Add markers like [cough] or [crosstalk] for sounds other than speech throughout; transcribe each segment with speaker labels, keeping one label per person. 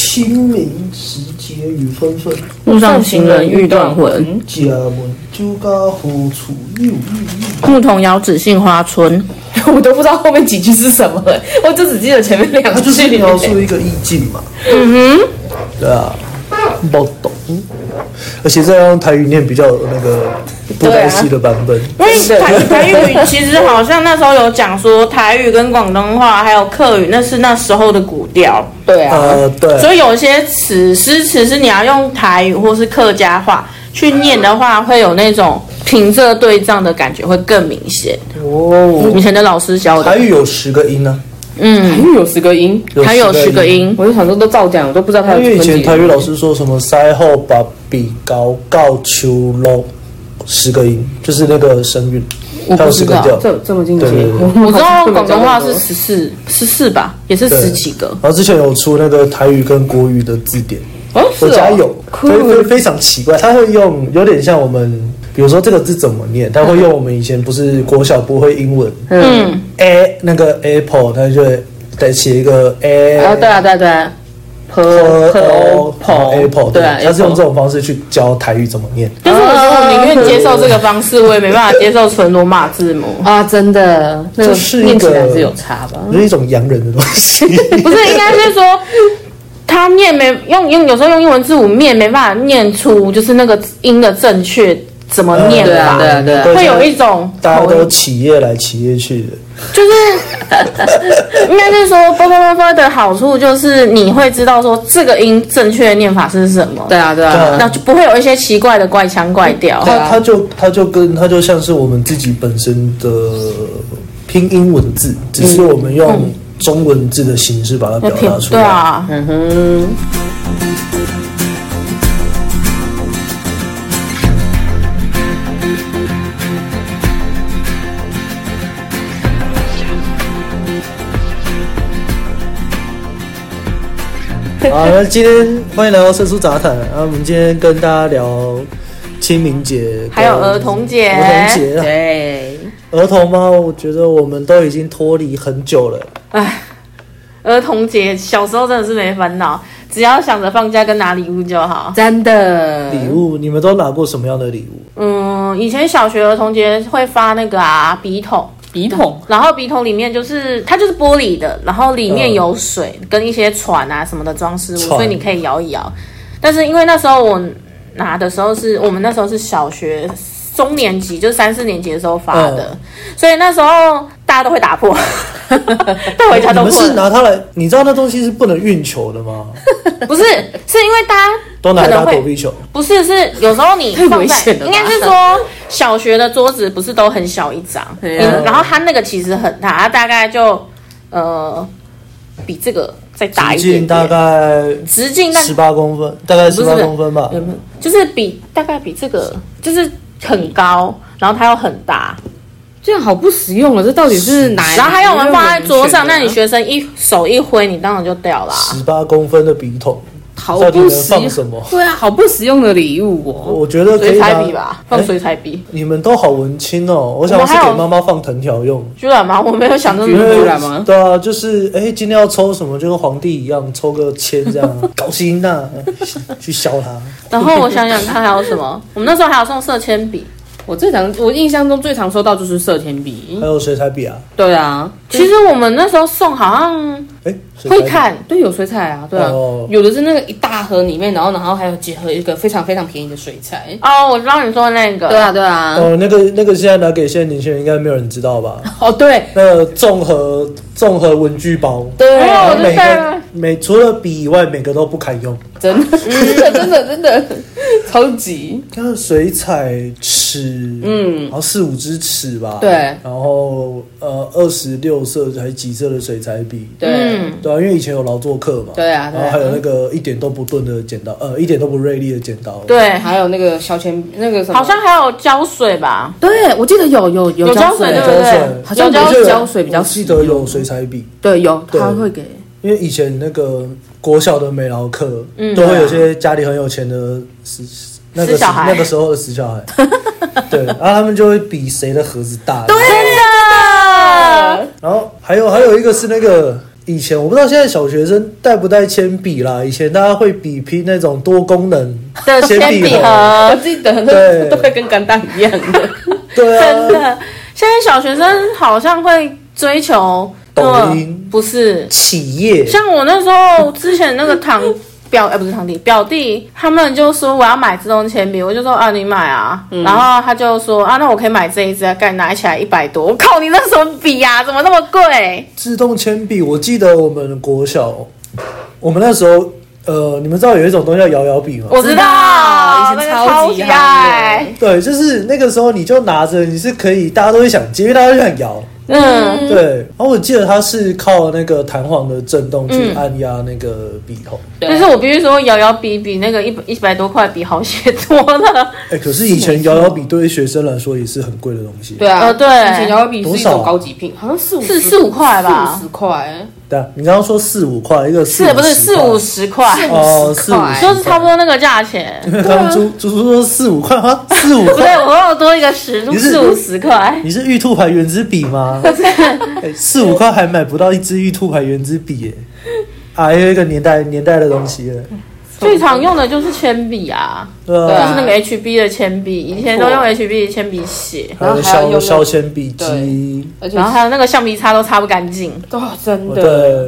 Speaker 1: 清明时节雨纷纷，
Speaker 2: 路上行人欲断魂，
Speaker 1: 家门酒家何处有一
Speaker 2: 牧童遥指杏花村。
Speaker 3: 我都不知道后面几句是什么、欸，我就只记得前面两句。
Speaker 1: 它啊就是描述一个意境嘛。
Speaker 2: 嗯
Speaker 1: 对啊，不懂。而且再用台语念比较有那个布袋戏的版本。
Speaker 2: 哼，因为台台语 [laughs] 其实好像那时候有讲说台语跟广东话还有客语，那是那时候的古调，
Speaker 3: 对啊，
Speaker 1: 呃，对，
Speaker 2: 所以有些词诗词是你要用台语或是客家话去念的话，会有那种平仄对仗的感觉会更明显。
Speaker 1: 哦，
Speaker 2: 以前的老师教
Speaker 1: 台
Speaker 2: 的，
Speaker 1: 语有十个音啊呢、
Speaker 2: 嗯，
Speaker 3: 因为有十个音，嗯
Speaker 2: 还有十个。音，
Speaker 3: 我就想说都照讲，我都不知道它有
Speaker 1: 因为
Speaker 3: 几
Speaker 1: 以
Speaker 3: 个
Speaker 1: 前
Speaker 3: 音。
Speaker 1: 台语老师说什么“塞后把比高告秋喽”，十个音就是那个声韵，
Speaker 3: 我
Speaker 1: 它
Speaker 3: 不
Speaker 1: 有十
Speaker 3: 知
Speaker 1: 个
Speaker 3: 道
Speaker 1: 调。
Speaker 3: 这这么精
Speaker 1: 对对
Speaker 3: 简
Speaker 1: 对，
Speaker 2: 我知道广东话是
Speaker 3: 我
Speaker 2: 十四十四吧，也是
Speaker 1: 对
Speaker 2: 十几个。
Speaker 1: 然后之前有出那个台语跟国语的字典，
Speaker 3: 哦，是
Speaker 1: 我家有，
Speaker 3: 酷
Speaker 1: 非非非常奇怪，他会用有点像我们，比如说这个字怎么念，他会用我们以前不是国小不会英文
Speaker 2: 嗯，
Speaker 1: ，a 那个 apple，他就会再写一个 a，
Speaker 3: 啊，对啊，对啊，对啊，
Speaker 1: 和
Speaker 3: Pearl- Pearl-
Speaker 1: apple，
Speaker 3: 对啊
Speaker 1: 他是用
Speaker 3: Apple
Speaker 1: 这种方式去教台语怎么念。
Speaker 2: 就是我说我宁愿接受这个方式，我也没办法接受纯罗马字
Speaker 3: [laughs]
Speaker 2: 母。
Speaker 3: 啊，真的，那个
Speaker 1: 这是一个
Speaker 3: 念起来是有差吧？
Speaker 1: 就是一种洋人的东
Speaker 3: [laughs]
Speaker 1: 西。
Speaker 2: 不是，应该是说他念没用用，有时候用英文字母念没办法念出，就是那个音的正确怎么念
Speaker 3: 对
Speaker 2: 法，
Speaker 3: 啊
Speaker 1: 哦
Speaker 3: 对
Speaker 1: [laughs]
Speaker 3: 啊对啊
Speaker 2: 会有一种
Speaker 1: 大家都企业来企业去的，
Speaker 2: 就是应该是说啵啵啵啵的好处就是你会知道说这个音正确的念法是什么，
Speaker 3: 对啊，对
Speaker 1: 对
Speaker 3: 啊
Speaker 1: 啊，
Speaker 2: 那就不会有一些奇怪的怪腔怪调。
Speaker 1: 他他就他就跟他就像是我们自己本身的拼音文字，只是我们
Speaker 2: 嗯
Speaker 1: 用中文字的形式把它表达出
Speaker 2: 对
Speaker 1: 来。
Speaker 2: 啊，
Speaker 3: 嗯哼。
Speaker 2: 啊
Speaker 1: 好，那今天欢迎来到社畜杂谈。啊，我们今天跟大家聊清明节跟，
Speaker 2: 还有儿童节
Speaker 1: 儿童节啊，
Speaker 3: 对，
Speaker 1: 儿童吗？我觉得我们都已经脱离很久了。
Speaker 2: [laughs] 哎儿童节小时候真的是没烦恼，只要想着放假跟拿礼物就好。
Speaker 3: 真的
Speaker 1: 礼物，你们都拿过什么样的礼物？
Speaker 2: 嗯，以前小学儿童节会发那个啊笔筒，
Speaker 3: 笔筒
Speaker 2: 然后笔筒里面就是它就是玻璃的，然后里面有水跟一些船啊什么的装饰物，
Speaker 1: 船
Speaker 2: 所以你可以摇一摇。但是因为那时候我拿的时候是我们那时候是小学中年级，就是三四年级的时候发的，
Speaker 1: 嗯
Speaker 2: 所以那时候大家都会打
Speaker 1: [laughs]
Speaker 2: 破，带回家
Speaker 1: 你
Speaker 2: 都
Speaker 1: 们
Speaker 2: 破
Speaker 1: 是
Speaker 2: 了。
Speaker 1: 拿它来，你知道那东西是不能运球的吗？
Speaker 2: 不是，是因为大家
Speaker 1: 都拿来
Speaker 2: 可
Speaker 1: 打
Speaker 2: 能会
Speaker 1: 躲避球。
Speaker 2: 不是，是有时候你
Speaker 3: 太
Speaker 2: 放
Speaker 3: 危
Speaker 2: 在，
Speaker 3: 险了吧
Speaker 2: 应该是说小学的桌子不是都很小一张，
Speaker 3: 对
Speaker 2: 你
Speaker 3: 啊
Speaker 2: 然后它那个其实很大，它大概就呃比这个再大一
Speaker 1: 直径
Speaker 2: 点
Speaker 1: 大
Speaker 2: 点，
Speaker 1: 概
Speaker 2: 直径大
Speaker 1: 十八公分，大概
Speaker 2: 不
Speaker 1: 十
Speaker 2: 是呃
Speaker 1: 八公分吧。
Speaker 2: 有没有？就是比大概比这个就是很高，然后它又很大，
Speaker 3: 这样好不实用了，这到底是哪？
Speaker 2: 然后还有我们放在桌上，那
Speaker 3: 哪哎有人啊
Speaker 2: 你学生一手一挥，你当然就掉啊啦。
Speaker 1: 十八公分的笔筒，
Speaker 3: 好
Speaker 1: 到底
Speaker 3: 不
Speaker 1: 能
Speaker 3: 实
Speaker 1: 放
Speaker 3: 用
Speaker 1: 什么？
Speaker 3: 对啊，好不实用的礼物哦。
Speaker 1: 我觉得可以啊哎
Speaker 2: 水
Speaker 1: 拿
Speaker 2: 彩笔吧，放水彩笔，
Speaker 1: 你们都好文青哦，我想
Speaker 2: 我
Speaker 1: 要
Speaker 2: 们
Speaker 1: 是
Speaker 2: 还有
Speaker 1: 给妈妈放藤条用。
Speaker 2: 居然吗？我没有想
Speaker 1: [laughs]
Speaker 2: 那么
Speaker 3: 居
Speaker 2: 多
Speaker 3: 然。
Speaker 1: 对
Speaker 3: 不然吗
Speaker 1: 对啊，就是哎、今天要抽什么，就跟皇帝一样，抽个签这
Speaker 2: [laughs]
Speaker 1: 样，搞心呐、哎去削它。
Speaker 2: 然后我想想看还有什么，我们那时候还有送色铅笔。
Speaker 3: 我最常，我印象中最常收到就是色铅笔
Speaker 1: 还。有水彩笔啊，
Speaker 3: 对啊，
Speaker 2: 其实我们那时候送好像
Speaker 1: 哎、水
Speaker 2: 会
Speaker 1: 彩笔
Speaker 2: 看，
Speaker 3: 对，有水彩啊，对啊，
Speaker 1: 哦
Speaker 3: 有的是那个一大盒里面，然后然后还有结合一个非常非常便宜的水彩。
Speaker 2: 哦，我知道你说的那个，
Speaker 3: 对啊，对啊，
Speaker 1: 哦，那个那个现在拿给现在年轻人，应该没有人知道
Speaker 2: [laughs]
Speaker 1: 吧？
Speaker 3: 哦对
Speaker 1: 那个综合综合文具包，
Speaker 3: 对，
Speaker 2: 没有我就
Speaker 1: 每
Speaker 2: 带
Speaker 1: 个
Speaker 2: 了
Speaker 1: 每除了笔以外，每个都不堪用。
Speaker 3: 真
Speaker 2: [laughs]
Speaker 3: 的真的真的真的超级
Speaker 1: 看水彩尺，
Speaker 3: 嗯
Speaker 1: 然后四五支尺吧，
Speaker 3: 对
Speaker 1: 然后呃二十六色还是几色的水彩笔，
Speaker 3: 对。
Speaker 2: 嗯，
Speaker 1: 对啊，因为以前有劳作课嘛，
Speaker 3: 对啊对
Speaker 1: 然
Speaker 3: 啊
Speaker 1: 后还有那个一点都不钝的剪刀，呃，一点都不锐利的剪刀，，
Speaker 2: 对，
Speaker 3: 还有那个削铅那个什么，
Speaker 2: 好像还有胶水吧，
Speaker 3: 对我记得有有有
Speaker 2: 有胶水
Speaker 3: 水，
Speaker 1: 胶
Speaker 2: 对不对？
Speaker 1: 水
Speaker 3: 啊好像
Speaker 2: 有胶
Speaker 3: 比较
Speaker 2: 水
Speaker 3: 胶水比较
Speaker 1: 我记得有水彩笔，
Speaker 3: 对有
Speaker 1: 对
Speaker 3: 他会给，
Speaker 1: 因为以前那个国小的美劳课，
Speaker 3: 嗯
Speaker 1: 都会有些家里很有钱的死那个
Speaker 2: 死
Speaker 1: 时
Speaker 2: 小孩
Speaker 1: 那个时候的死
Speaker 3: [laughs]
Speaker 1: 小孩，对，然后他们就会比
Speaker 3: 啊
Speaker 1: 谁的盒子大，对，
Speaker 2: 真的，
Speaker 1: 然后还有还有一个是那个。以前我不知道现在小学生带不带铅笔啦，以前大家会比拼那种多功能
Speaker 2: 的铅
Speaker 1: 笔
Speaker 2: 笔
Speaker 1: 盒，
Speaker 2: 盒
Speaker 3: 我，记得
Speaker 1: 啊对
Speaker 3: 那都会跟钢蛋一样 [laughs] 的，
Speaker 1: 对
Speaker 2: 真
Speaker 1: 啊，
Speaker 2: 的，现在小学生好像会追求
Speaker 1: 抖
Speaker 2: 那么
Speaker 1: 音
Speaker 2: 不是
Speaker 1: 企业
Speaker 2: 像我那时候之前那个堂表， [laughs] 哎、不是堂弟，表弟他们就说我要买自动铅笔，我就说啊你买啊，然后他就说啊那我可以买这一支啊，干拿起来一百多，我靠你那什么笔呀、怎么那么贵？
Speaker 1: 自动铅笔，我记得我们国小，我们那时候，呃，你们知道有一种东西叫摇摇笔吗？
Speaker 2: 我知道，
Speaker 3: 以
Speaker 2: 那
Speaker 3: 前
Speaker 2: 个
Speaker 3: 超
Speaker 2: 级
Speaker 3: 级
Speaker 2: 爱
Speaker 3: 爱，，
Speaker 1: 对，就是那个时候你就拿着，你是可以，大家都会想接，因为大家都想摇。
Speaker 2: 嗯，
Speaker 1: 对，然后我记得它是靠那个弹簧的震动去按压那个笔头。
Speaker 2: 但是我必须说摇摇笔比那个一百一百多块笔好写多了， [laughs]
Speaker 1: 哎、可是以前摇摇笔对于学生来说也是很贵的东西。
Speaker 3: 对啊，
Speaker 2: 呃对
Speaker 3: 以前摇笔是
Speaker 1: 多
Speaker 3: 一
Speaker 1: 少
Speaker 3: 种
Speaker 1: 啊
Speaker 3: 高级品，好像四五
Speaker 2: 四四五块吧
Speaker 3: 四五十块，
Speaker 1: 对啊，你刚刚说四五块，一个四
Speaker 2: 是不
Speaker 1: 十
Speaker 2: 是四
Speaker 1: 块
Speaker 2: 五？十块？
Speaker 1: 哦，
Speaker 3: 十
Speaker 1: 四五
Speaker 3: 块
Speaker 1: 十，
Speaker 2: 就是差不多那个价钱，
Speaker 1: [laughs] 因为刚刚猪猪猪说四五块，啊，四五
Speaker 2: 不对，
Speaker 1: 块，
Speaker 2: 我有多一个十，
Speaker 1: 你是
Speaker 2: 四五十块。
Speaker 1: 你是玉兔牌原子笔吗？哎四五块还买不到一支玉兔牌原子笔耶、啊，又一个年代年代的东西了，
Speaker 2: 最常用的就是铅笔啊，
Speaker 1: 对
Speaker 3: 对
Speaker 2: 就
Speaker 1: 啊
Speaker 3: 啊
Speaker 2: 是那个 HB 的铅笔，以前都用 HB 的铅笔写，
Speaker 1: 还有
Speaker 3: 然后还要用那
Speaker 1: 削
Speaker 3: 个
Speaker 1: 削铅笔机，
Speaker 3: 而且
Speaker 2: 然后还有那个橡皮擦都擦不干净。
Speaker 3: 哦，真
Speaker 1: 我
Speaker 3: 的，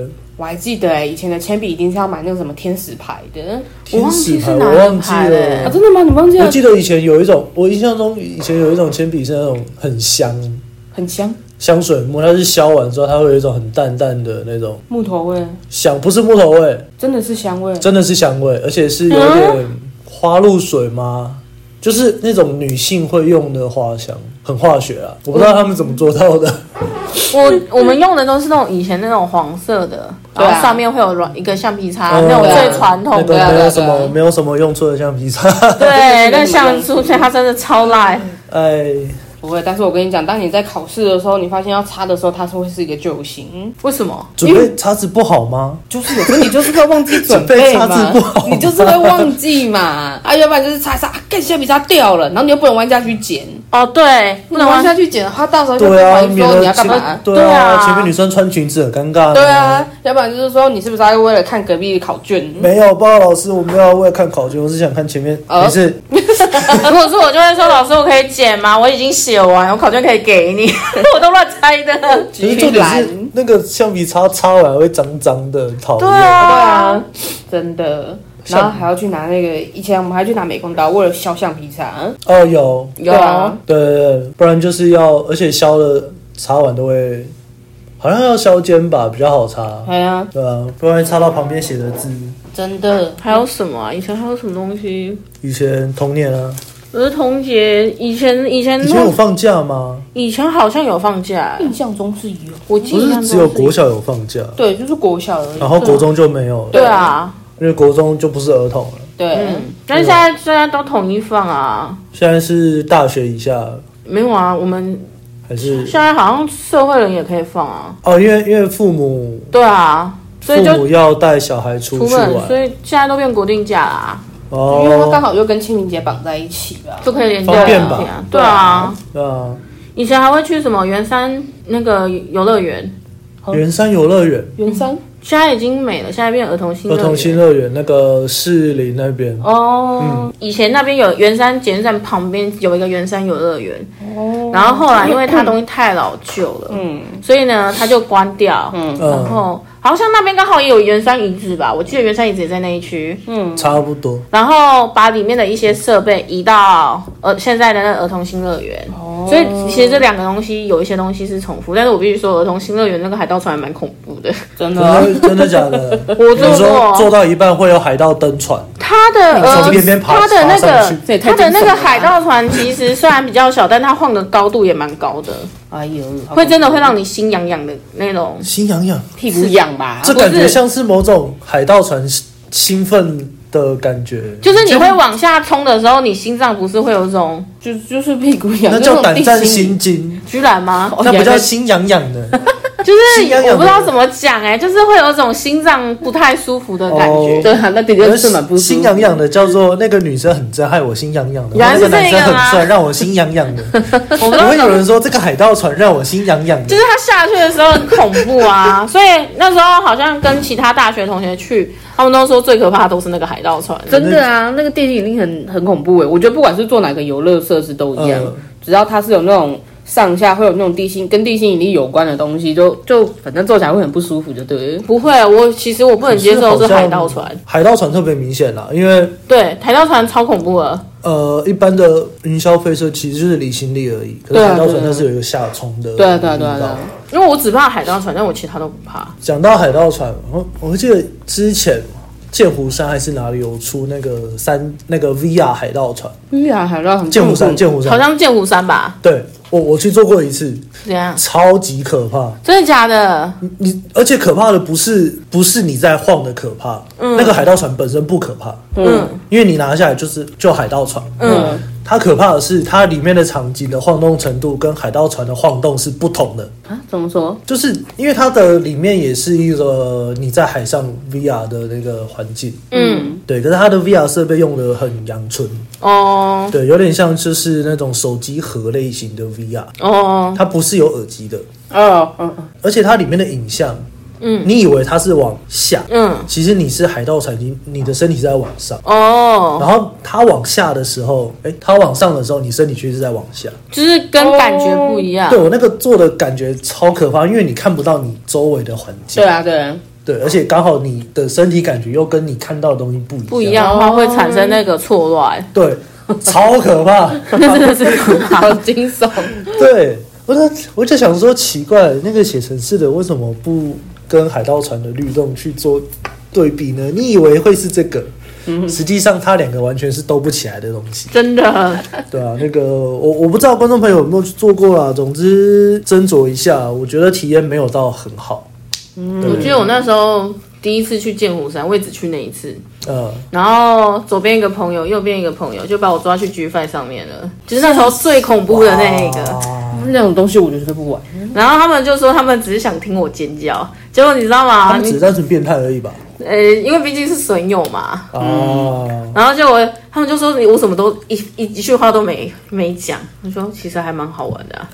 Speaker 1: 的
Speaker 3: 我还记得哎，以前的铅笔一定是要买那个什么天使牌的
Speaker 1: 天使牌
Speaker 2: 我
Speaker 1: 我
Speaker 2: 忘
Speaker 1: 忘
Speaker 2: 记
Speaker 1: 记
Speaker 2: 是哪个牌嘞
Speaker 3: 啊，
Speaker 1: 了。
Speaker 3: 真的吗？你忘记
Speaker 1: 嗯我
Speaker 3: 了？
Speaker 1: 记得以前有一种，我印象中以前有一种铅笔是那种很香
Speaker 3: 很香，
Speaker 1: 香水墨，它是削完之后它会有一种很淡淡的那种
Speaker 3: 木头味，
Speaker 1: 香，不是木头味，
Speaker 3: 真的是香味，
Speaker 1: 真的是香味，而且是有点花露水吗？就是那种女性会用的花香，很化学啊！我不知道他们怎么做到的。
Speaker 2: 我我们用的都是那种以前那种黄色的，
Speaker 3: 对啊
Speaker 2: 然后上面会有软一个橡皮
Speaker 1: [laughs]
Speaker 2: 擦，
Speaker 1: 嗯
Speaker 2: 那种最传统
Speaker 1: 那
Speaker 2: 的。
Speaker 1: 个没有什
Speaker 3: 对啊对
Speaker 1: 么
Speaker 3: 啊
Speaker 1: 没有什么用处的橡皮擦，
Speaker 2: 啊对，
Speaker 3: 对
Speaker 2: 那橡树，所以它真的超赖。
Speaker 1: 哎，
Speaker 3: 不会。但是我跟你讲，当你在考试的时候，你发现要擦的时候，它是会是一个救星，
Speaker 2: 为什么？
Speaker 1: 准备擦子不好吗？
Speaker 3: 就是有时候你就是会忘记准备
Speaker 1: 准备擦
Speaker 3: 嘛
Speaker 1: 字不好，
Speaker 3: [laughs] 你就是会忘记 [laughs] 嘛，啊，要不然就是擦一擦，啊干橡皮擦掉了，然后你又不能弯下去捡，
Speaker 2: 哦，对，不
Speaker 3: 不
Speaker 2: 能
Speaker 3: 能
Speaker 2: 玩
Speaker 3: 弯。下去捡，它到时候就不
Speaker 1: 对
Speaker 3: 好
Speaker 1: 啊，
Speaker 3: 意思
Speaker 1: 免
Speaker 3: 说
Speaker 1: 得
Speaker 3: 你要干
Speaker 1: 前
Speaker 3: 嘛
Speaker 1: 面。
Speaker 2: 对
Speaker 1: 对
Speaker 2: 啊
Speaker 1: 啊，前面女生穿裙子很尴尬。
Speaker 3: 对，啊，要不然就是说你是不是要为了看隔壁考卷？
Speaker 1: 没有报告老师，我没有为了看考卷，我是想看前面。
Speaker 3: 哦
Speaker 1: 没事，
Speaker 2: [laughs] 如果说我就会说，老师，我可以剪吗？我已经写完，我考卷可以给你， [laughs] 我都乱猜的。
Speaker 1: 其实
Speaker 3: 去
Speaker 1: 重点
Speaker 3: 拦
Speaker 1: 是那个橡皮擦擦完会脏脏的，很讨
Speaker 2: 对
Speaker 1: 厌。
Speaker 3: 对
Speaker 2: 啊
Speaker 3: 啊，，真的。
Speaker 1: 像
Speaker 3: 然后还要去拿那个，以前我们还去拿美工刀，为了削橡皮擦。
Speaker 1: 哦，有
Speaker 3: 对啊，
Speaker 1: 对对对，不然就是要，而且削了擦完都会，好像要削尖吧，比较好擦。
Speaker 3: 哎呀，
Speaker 1: 对啊，不然会擦到旁边写的字。
Speaker 3: 真的，
Speaker 2: [laughs] 还有什么啊？以前还有什么东西？
Speaker 1: 以前童年啊，
Speaker 2: 儿童节以前以前
Speaker 1: 以前有放假吗？
Speaker 2: 以前好像有放假，
Speaker 3: 印象中是有。
Speaker 2: 我记
Speaker 1: 不
Speaker 2: 得
Speaker 1: 是只有国小有放假，
Speaker 3: 对，啊就是国小而已。
Speaker 1: 然后国中就没有了，
Speaker 2: 对啊，
Speaker 1: 因为国中就不是儿童了，
Speaker 3: 对，
Speaker 2: 嗯，但
Speaker 1: 啊
Speaker 2: 是现在现在都统一放啊，
Speaker 1: 现在是大学以下
Speaker 2: 没有啊，我们
Speaker 1: 还是
Speaker 2: 现在好像社会人也可以放啊，
Speaker 1: 哦，因为因为父母
Speaker 2: 对啊，所以
Speaker 1: 父
Speaker 2: 就
Speaker 1: 母要带小孩出
Speaker 2: 出
Speaker 1: 去
Speaker 2: 门，所
Speaker 1: 玩
Speaker 2: 以现在都变国定假啦、
Speaker 3: 因为它刚
Speaker 1: 哦，
Speaker 3: 好又跟清明节绑在一起吧。
Speaker 2: 就可以连假
Speaker 1: 方便吧
Speaker 2: 啊，对啊，
Speaker 1: 对啊，
Speaker 2: 以前还会去什么圆山那个游乐园，
Speaker 1: 圆山游乐园、
Speaker 3: 元山
Speaker 2: 现在已经没了，现在变儿童新乐
Speaker 1: 儿
Speaker 2: 园。
Speaker 1: 童新乐园那个士林那边，
Speaker 3: 哦，
Speaker 2: 以前那边有圆山捷运站旁边有一个圆山游乐园，然后后来因为它东西太老旧了，
Speaker 3: 嗯，
Speaker 2: 所以呢它就关掉。然
Speaker 1: 嗯，
Speaker 2: 后好像那边刚好也有圆山遗址吧，我记得圆山遗址也在那一区。
Speaker 1: 差不多。
Speaker 2: 然后把里面的一些设备移到呃现在的那个儿童新乐园。
Speaker 3: 哦
Speaker 2: 所以其实这两个东西有一些东西是重复，但是我必须说儿童新乐园那个海盗船还蛮恐怖的。
Speaker 1: 真
Speaker 3: 真的
Speaker 1: 的真的假 [laughs] 的？
Speaker 2: 我
Speaker 1: 有
Speaker 2: 坐
Speaker 1: 时候坐
Speaker 2: 过。
Speaker 1: 到一半会有海盗登船，
Speaker 2: 它的
Speaker 1: 从边边
Speaker 2: 呃，
Speaker 1: 爬
Speaker 2: 它的那
Speaker 1: 爬上
Speaker 2: 个
Speaker 1: 去
Speaker 3: 这也太
Speaker 2: 它的那
Speaker 3: 惊悚
Speaker 2: 个
Speaker 3: 了吧
Speaker 2: 海盗船其实虽然比较小，但它晃的高度也蛮高的，
Speaker 3: 哎呦，好
Speaker 2: 会真的会让你心痒痒的那种。
Speaker 1: 心痒痒，
Speaker 3: 屁股痒吧？啊
Speaker 1: 这
Speaker 2: 不是
Speaker 1: 感觉像是某种海盗船兴奋的感觉，
Speaker 2: 就是你会往下冲的时候，你心脏不是会有一种
Speaker 3: 就就是屁股痒，
Speaker 1: 那
Speaker 3: 就
Speaker 1: 叫
Speaker 3: 那种
Speaker 1: 胆
Speaker 3: 地
Speaker 1: 战
Speaker 3: 心
Speaker 1: 心惊，
Speaker 2: 居然吗？
Speaker 3: 哦
Speaker 1: 那不
Speaker 3: 原
Speaker 1: 叫
Speaker 2: [laughs]
Speaker 3: 来
Speaker 1: 心痒痒的，
Speaker 2: 就是
Speaker 1: 心痒痒的
Speaker 2: 我不知道怎么讲哎、就是会有一种心脏不太舒服的感觉。
Speaker 1: 哦
Speaker 3: 对啊，那的确是蛮不舒服。
Speaker 1: 心痒痒的叫做那个女生很真，害我心痒痒的；
Speaker 2: 原来
Speaker 1: 那
Speaker 2: 是
Speaker 1: 个男
Speaker 2: 这
Speaker 1: 生
Speaker 2: 个吗
Speaker 1: 很帅，让我心痒痒
Speaker 2: [laughs]
Speaker 1: 的。
Speaker 2: 我不知
Speaker 1: 不
Speaker 2: 道
Speaker 1: 会
Speaker 2: 怎
Speaker 1: 有
Speaker 2: 么
Speaker 1: 人说这个海盗船让我心痒痒
Speaker 2: 就
Speaker 1: 的。
Speaker 2: 是他下去的时候很恐怖啊，所以那时候好像跟其他大学同学去，他们都说最可怕的都是那个海盗船。
Speaker 3: 真的啊，那个电影一定很很恐怖哎！我觉得不管是做哪个游乐设施都一样，
Speaker 1: 嗯
Speaker 3: 只要它是有那种上下会有那种地心跟地心引力有关的东西，就就反正坐起来会很不舒服，就对了。
Speaker 2: 不会，我其实我不能接受
Speaker 1: 可
Speaker 2: 是
Speaker 1: 是好像
Speaker 2: 海盗船，
Speaker 1: 海盗船特别明显啦，因为
Speaker 2: 对，海盗船超恐怖的，
Speaker 1: 呃，一般的云霄飞车其实就是离心力而已，可
Speaker 3: 对
Speaker 1: 是
Speaker 3: 啊
Speaker 1: 海盗船
Speaker 3: 对啊
Speaker 1: 它是有一个下冲的。
Speaker 3: 对啊，对啊，对啊，对啊。
Speaker 2: 因为我只怕海盗船，但我其他都不怕。
Speaker 1: 讲到海盗船，我我记得之前剑湖山还是哪里有出那个三那个 VR 海盗船，
Speaker 3: 玉海海浪很
Speaker 1: 嗯剑湖山
Speaker 3: 痛苦
Speaker 1: 剑湖
Speaker 2: 好
Speaker 1: 山，
Speaker 2: 像剑湖山吧？
Speaker 1: 对我我去坐过一次，
Speaker 2: 怎样？
Speaker 1: 超级可怕。
Speaker 2: 真的假的？
Speaker 1: 你你而且可怕的不是不是你在晃的可怕，那个海盗船本身不可怕，
Speaker 2: 嗯，
Speaker 1: 因为你拿下来就是就海盗船，
Speaker 2: 嗯，
Speaker 1: 它可怕的是它里面的场景的晃动程度跟海盗船的晃动是不同的，
Speaker 3: 啊，怎么说？
Speaker 1: 就是因为它的里面也是一个你在海上 VR 的那个环境，
Speaker 2: 嗯，
Speaker 1: 对，可是它的 VR 设备用的很阳春，
Speaker 2: 哦
Speaker 1: 对，有点像就是那种手机盒类型的 VR，
Speaker 2: 哦，
Speaker 1: 它不是有耳机的，
Speaker 3: 哦，嗯嗯，
Speaker 1: 而且它里面的影像，
Speaker 2: 嗯，
Speaker 1: 你以为它是往下，
Speaker 2: 嗯
Speaker 1: 其实你是海盗船，你你的身体是在往上。
Speaker 2: 哦，
Speaker 1: 然后它往下的时候，哎，它往上的时候，你身体却是在往下。
Speaker 2: 就是跟感觉不一样
Speaker 1: 对。我那个做的感觉超可怕，因为你看不到你周围的环境
Speaker 3: 对。啊，对啊，
Speaker 1: 对，而且刚好你的身体感觉又跟你看到的东西不一样。
Speaker 2: 不一样的话会产生那个错 [laughs] 乱，
Speaker 1: 对，超可怕。 [laughs]
Speaker 2: 那真的是可怕。
Speaker 3: [laughs] 好惊悚。
Speaker 1: 对，我就我就想说，奇怪，那个写程式的为什么不跟海盗船的律动去做对比呢？你以为会是这个，
Speaker 2: 嗯
Speaker 1: 实际上它两个完全是兜不起来的东西。
Speaker 2: [laughs] 真的，
Speaker 1: 对啊，那个我我不知道观众朋友有没有去做过啦，总之斟酌一下，我觉得体验没有到很好。
Speaker 2: 我记得我那时候第一次去剑湖山，我也只去那一次。
Speaker 1: 呃，
Speaker 2: 然后左边一个朋友，右边一个朋友就把我抓去 G Five 上面了，就是那时候最恐怖的那一个。
Speaker 1: 啊
Speaker 3: 那种东西我绝对不玩。
Speaker 2: 然后他们就说他们只是想听我尖叫，结果你知道
Speaker 1: 他
Speaker 2: 吗？
Speaker 1: 啊们只是
Speaker 2: 你
Speaker 1: 单纯变态而已吧？
Speaker 2: 呃，因为毕竟是损友嘛。
Speaker 1: 啊，
Speaker 2: 然后就我他们就说你我什么都一一一句话都没没讲，我说其实还蛮好玩的啊、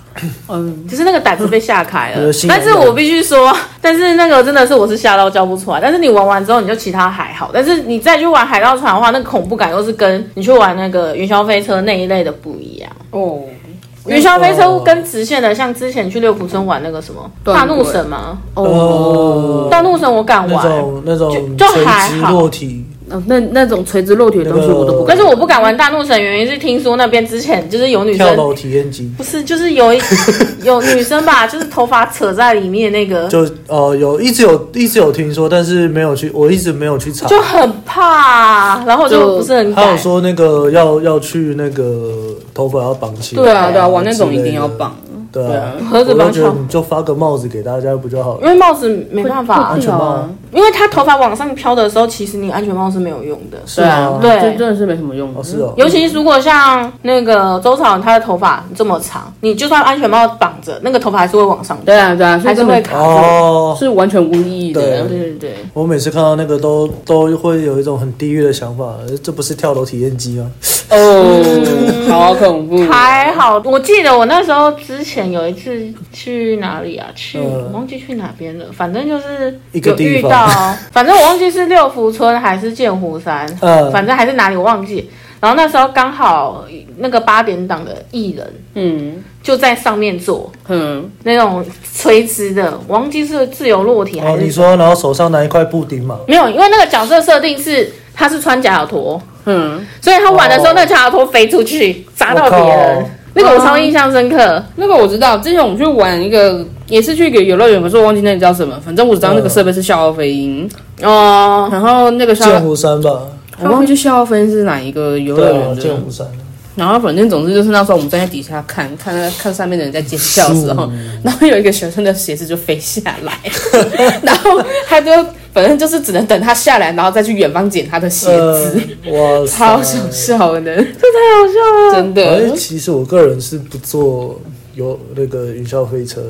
Speaker 3: 嗯，
Speaker 2: 只是那个胆子被吓开
Speaker 1: 我
Speaker 2: 了
Speaker 1: 的。心
Speaker 2: 但是
Speaker 1: 痒痒
Speaker 2: 我必须说， [laughs] 但是那个真的是我是吓到叫不出来。但是你玩完之后，你就其他还好，但是你再去玩海盗船的话，那个恐怖感又是跟你去玩那个云霄飞车那一类的不一样。
Speaker 3: 哦，
Speaker 2: 云霄飞车跟直线的，像之前去六福村玩那个什么
Speaker 3: 对
Speaker 2: 大怒神吗？
Speaker 1: 哦
Speaker 2: 大怒神我敢
Speaker 1: 那
Speaker 2: 玩，
Speaker 1: 种那种
Speaker 2: 就就
Speaker 1: 垂
Speaker 2: 还
Speaker 1: 直
Speaker 2: 好
Speaker 1: 落体，
Speaker 3: 哦那那种垂直落体的东西我都不
Speaker 2: 但
Speaker 3: 敢
Speaker 2: 是。我不敢玩大怒神，原因是听说那边之前就是有女
Speaker 1: 跳
Speaker 2: 生。
Speaker 1: 楼体验机。
Speaker 2: 不是，就是有一 [laughs] 有女生吧，就是头发扯在里面那个，
Speaker 1: 就呃有一直有一直有听说，但是没有去，我一直没有去查。
Speaker 2: 就很怕，然后我就
Speaker 3: 就
Speaker 2: 不是很
Speaker 1: 还有
Speaker 2: 敢。
Speaker 1: 说那个要要去那个头发要绑起来，
Speaker 3: 对啊，对啊，玩那种一定要绑。
Speaker 1: 之类的。对啊，
Speaker 2: 盒子绑
Speaker 1: 我就
Speaker 2: 起
Speaker 1: 觉
Speaker 2: 来
Speaker 1: 得你就发个帽子给大家不就好
Speaker 2: 因
Speaker 1: 了？
Speaker 2: 为帽子没办法
Speaker 3: 会，
Speaker 1: 全
Speaker 3: 掉
Speaker 1: 帽
Speaker 3: 啊。
Speaker 2: 因为他头发往上飘的时候，其实你安全帽是没有用的。
Speaker 1: 是
Speaker 3: 对啊
Speaker 1: 吗，？
Speaker 2: 对
Speaker 3: 这真的是没什么用的。
Speaker 1: 哦是哦，
Speaker 2: 尤其是如果像那个周朝，他的头发这么长，你就算安全帽绑着，那个头发还是会往上的，
Speaker 3: 对啊，对啊，所
Speaker 2: 还
Speaker 3: 以
Speaker 2: 是
Speaker 3: 根
Speaker 2: 会
Speaker 3: 本
Speaker 2: 卡住。
Speaker 1: 哦，
Speaker 3: 是完全无意义的。
Speaker 2: 对对对，
Speaker 1: 我每次看到那个都都会有一种很地狱的想法，呃这不是跳楼体验机吗？
Speaker 3: 哦，
Speaker 2: 嗯
Speaker 3: 好恐怖。
Speaker 2: 还好，我记得我那时候之前有一次去哪里啊？去、
Speaker 1: 嗯
Speaker 2: 我忘记去哪边了，反正就是
Speaker 1: 一个
Speaker 2: 有
Speaker 1: 地
Speaker 2: 遇
Speaker 1: 方
Speaker 2: 到，反正我忘记是六福村还是剑湖山，
Speaker 1: 嗯
Speaker 2: 反正还是哪里我忘记。然后那时候刚好那个八点档的艺人
Speaker 3: 嗯
Speaker 2: 就在上面坐
Speaker 3: 嗯，
Speaker 2: 那种垂直的，我忘记是自由落体还
Speaker 1: 哦，
Speaker 2: 是、
Speaker 1: 你说，然后手上拿一块布丁嘛，
Speaker 2: 没有，因为那个角色设定是他是穿假脚托，
Speaker 3: 嗯，
Speaker 2: 所以他玩的时候、
Speaker 1: 哦
Speaker 2: 那个假脚托飞出去砸到别
Speaker 1: 我
Speaker 2: 人
Speaker 1: 靠，
Speaker 2: 那个我超印象深刻。
Speaker 3: 那个我知道，之前我们去玩一个，也是去一个游乐园，可是我忘记那个叫什么，反正我只知道那
Speaker 1: 嗯
Speaker 3: 个设备是笑傲飞鹰，
Speaker 2: 哦，
Speaker 3: 然后那个笑，
Speaker 1: 剑湖山吧，
Speaker 3: 我忘记笑傲飞鹰是哪一个游乐
Speaker 1: 对啊，
Speaker 3: 园
Speaker 1: 剑
Speaker 3: 的。
Speaker 1: 湖山，
Speaker 3: [laughs] 然后反正总之就是那时候我们站在底下看看看上面的人在尖叫的时候，然后有一个学生的鞋子就飞下来，然后他就反正就是只能等他下来，然后再去远方捡他的鞋
Speaker 1: 呃
Speaker 3: 子，，
Speaker 1: 哇塞，
Speaker 3: 超想笑的，
Speaker 2: 这太好笑了。
Speaker 3: 真
Speaker 1: 哎，
Speaker 3: 的。
Speaker 1: 其实我个人是不坐有那个云霄飞车的，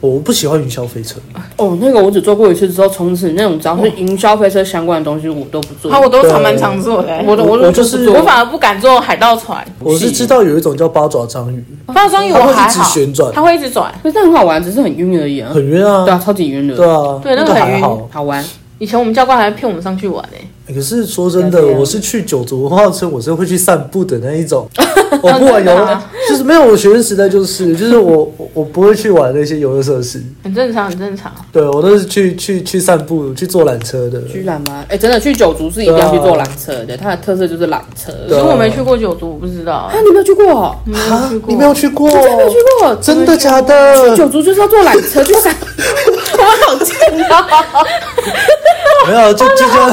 Speaker 1: 我不喜欢云霄飞车，
Speaker 3: 哦，那个我只做过一次之后，从此那种只要是营销飞车相关的东西我都不做。
Speaker 2: 啊，我都常蛮常做的、
Speaker 3: 我的
Speaker 1: 我
Speaker 3: 我
Speaker 1: 就
Speaker 3: 就是是
Speaker 2: 我反而不敢坐海盗船，
Speaker 1: 我是知道有一种叫八爪章鱼，
Speaker 2: 八爪章鱼我
Speaker 1: 它
Speaker 2: 还
Speaker 1: 会一直
Speaker 2: 好，
Speaker 1: 旋转
Speaker 2: 它会一直转。
Speaker 3: 可是很好玩，只是很晕而已啊。
Speaker 1: 很晕啊
Speaker 3: 对，啊，超级晕的。
Speaker 1: 对啊，
Speaker 2: 对那
Speaker 1: 那个
Speaker 2: 个很
Speaker 1: 还
Speaker 2: 晕
Speaker 1: 好。
Speaker 3: 好玩，
Speaker 2: 以前我们教官还骗我们上去玩呢、
Speaker 1: 欸可是说真的，
Speaker 3: 了解
Speaker 1: 我是去九族文化村，我是会去散步的那一种。我不玩
Speaker 2: 真的
Speaker 1: 游
Speaker 2: 啊
Speaker 1: 乐，就是没有我学生时代就是就是我我我不会去玩那些游乐设施，
Speaker 2: 很正常，很正常。
Speaker 1: 对我都是去去去散步去坐缆车的。
Speaker 3: 居然吗？哎，真的去九族是一定要去坐缆车的，它的特色就是缆车。
Speaker 1: 对
Speaker 2: 可
Speaker 1: 啊
Speaker 2: 是我没去过九族，我不知道
Speaker 3: 啊，。你没有去过？
Speaker 2: 没有
Speaker 1: 啊
Speaker 2: 去，过，
Speaker 1: 你没有去过？
Speaker 3: 真的没有去过？
Speaker 1: 真的假
Speaker 3: 去
Speaker 1: 的？
Speaker 3: 九族就是要坐缆车去
Speaker 2: [laughs]
Speaker 3: 山，我好贱啊！
Speaker 1: 没有，就就像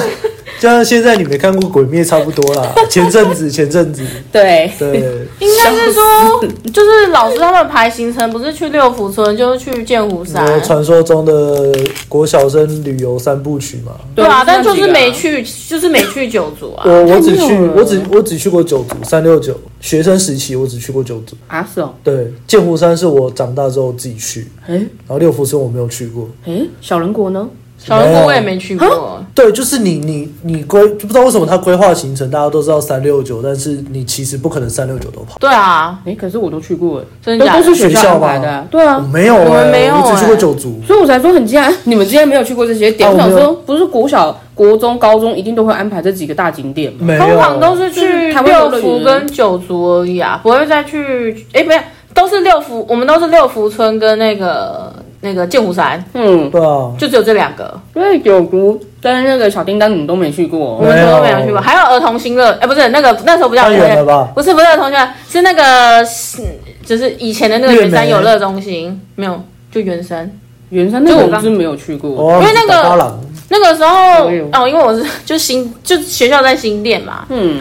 Speaker 1: 就像现在你没看过《鬼灭》差不多啦。前阵子，前阵子，
Speaker 3: 对，
Speaker 1: 对，
Speaker 2: 应该是说，就是老师他们排行程，不是去六福村，就是去剑湖山。
Speaker 1: 我呃传说中的国小生旅游三部曲嘛。
Speaker 2: 对啊，但就
Speaker 3: 那几
Speaker 2: 是
Speaker 3: 个
Speaker 2: 没去，就是没去九族啊。
Speaker 1: 我我只
Speaker 3: 太
Speaker 1: 去
Speaker 3: 妙了
Speaker 1: 我只我只去过九族三六九，学生时期我只去过九族。
Speaker 3: 啊，是哦，
Speaker 1: 对，剑湖山是我长大之后自己去，
Speaker 3: 哎
Speaker 1: 然后六福村我没有去过。
Speaker 3: 哎，小人国呢？
Speaker 2: 小人国我也没去过，
Speaker 1: 对，就是你你你规就不知道为什么他规划行程，大家都知道三六九，但是你其实不可能三六九都跑。
Speaker 2: 对啊，
Speaker 3: 哎，可是我都去过，哎
Speaker 2: 真的
Speaker 3: 都
Speaker 2: 假
Speaker 3: 都
Speaker 2: 的？
Speaker 3: 是学
Speaker 1: 学校
Speaker 3: 校安
Speaker 1: 吧
Speaker 3: 排的啊，对
Speaker 1: 我
Speaker 3: 啊。
Speaker 1: 没有、欸，
Speaker 2: 我们没有
Speaker 1: 我只去过
Speaker 2: 欸
Speaker 1: 九族。
Speaker 3: 所以我才说很惊讶， [laughs] 你们今天没有去过这些点。
Speaker 1: 啊
Speaker 3: 我
Speaker 1: 我
Speaker 3: 想
Speaker 1: 没有
Speaker 3: 说，不是国小、国中、高中一定都会安排这几个大景点吗？
Speaker 1: 没有，
Speaker 2: 通常都是去
Speaker 3: 就是台湾游
Speaker 2: 六
Speaker 3: 乐园
Speaker 2: 福跟九族而已啊，不会再去。哎，没有，都是六福，我们都是六福村跟那个那个剑湖山，
Speaker 3: 嗯，
Speaker 1: 对啊，
Speaker 2: 就只有这两个，
Speaker 3: 因为九族跟那个小叮当你们都没去过
Speaker 2: 我
Speaker 3: 哦，
Speaker 2: 们都没
Speaker 1: 没有
Speaker 2: 有去过。还有儿童新乐，哎，不是那个那时候不叫
Speaker 1: 太
Speaker 2: 儿童
Speaker 1: 远了
Speaker 2: 乐，
Speaker 1: 吧？
Speaker 2: 不是不是儿童乐，是那个是就是以前的那个
Speaker 1: 月
Speaker 2: 圆山
Speaker 1: 眉
Speaker 2: 游乐中心，没有就圆山。
Speaker 3: 圆山那个我是没有去过。
Speaker 1: 哦，
Speaker 2: 因为那个
Speaker 1: 打巴郎
Speaker 2: 那个时候
Speaker 1: 哎
Speaker 3: 我有
Speaker 2: 哦，因为我是就新就学校在新店嘛，
Speaker 3: 嗯，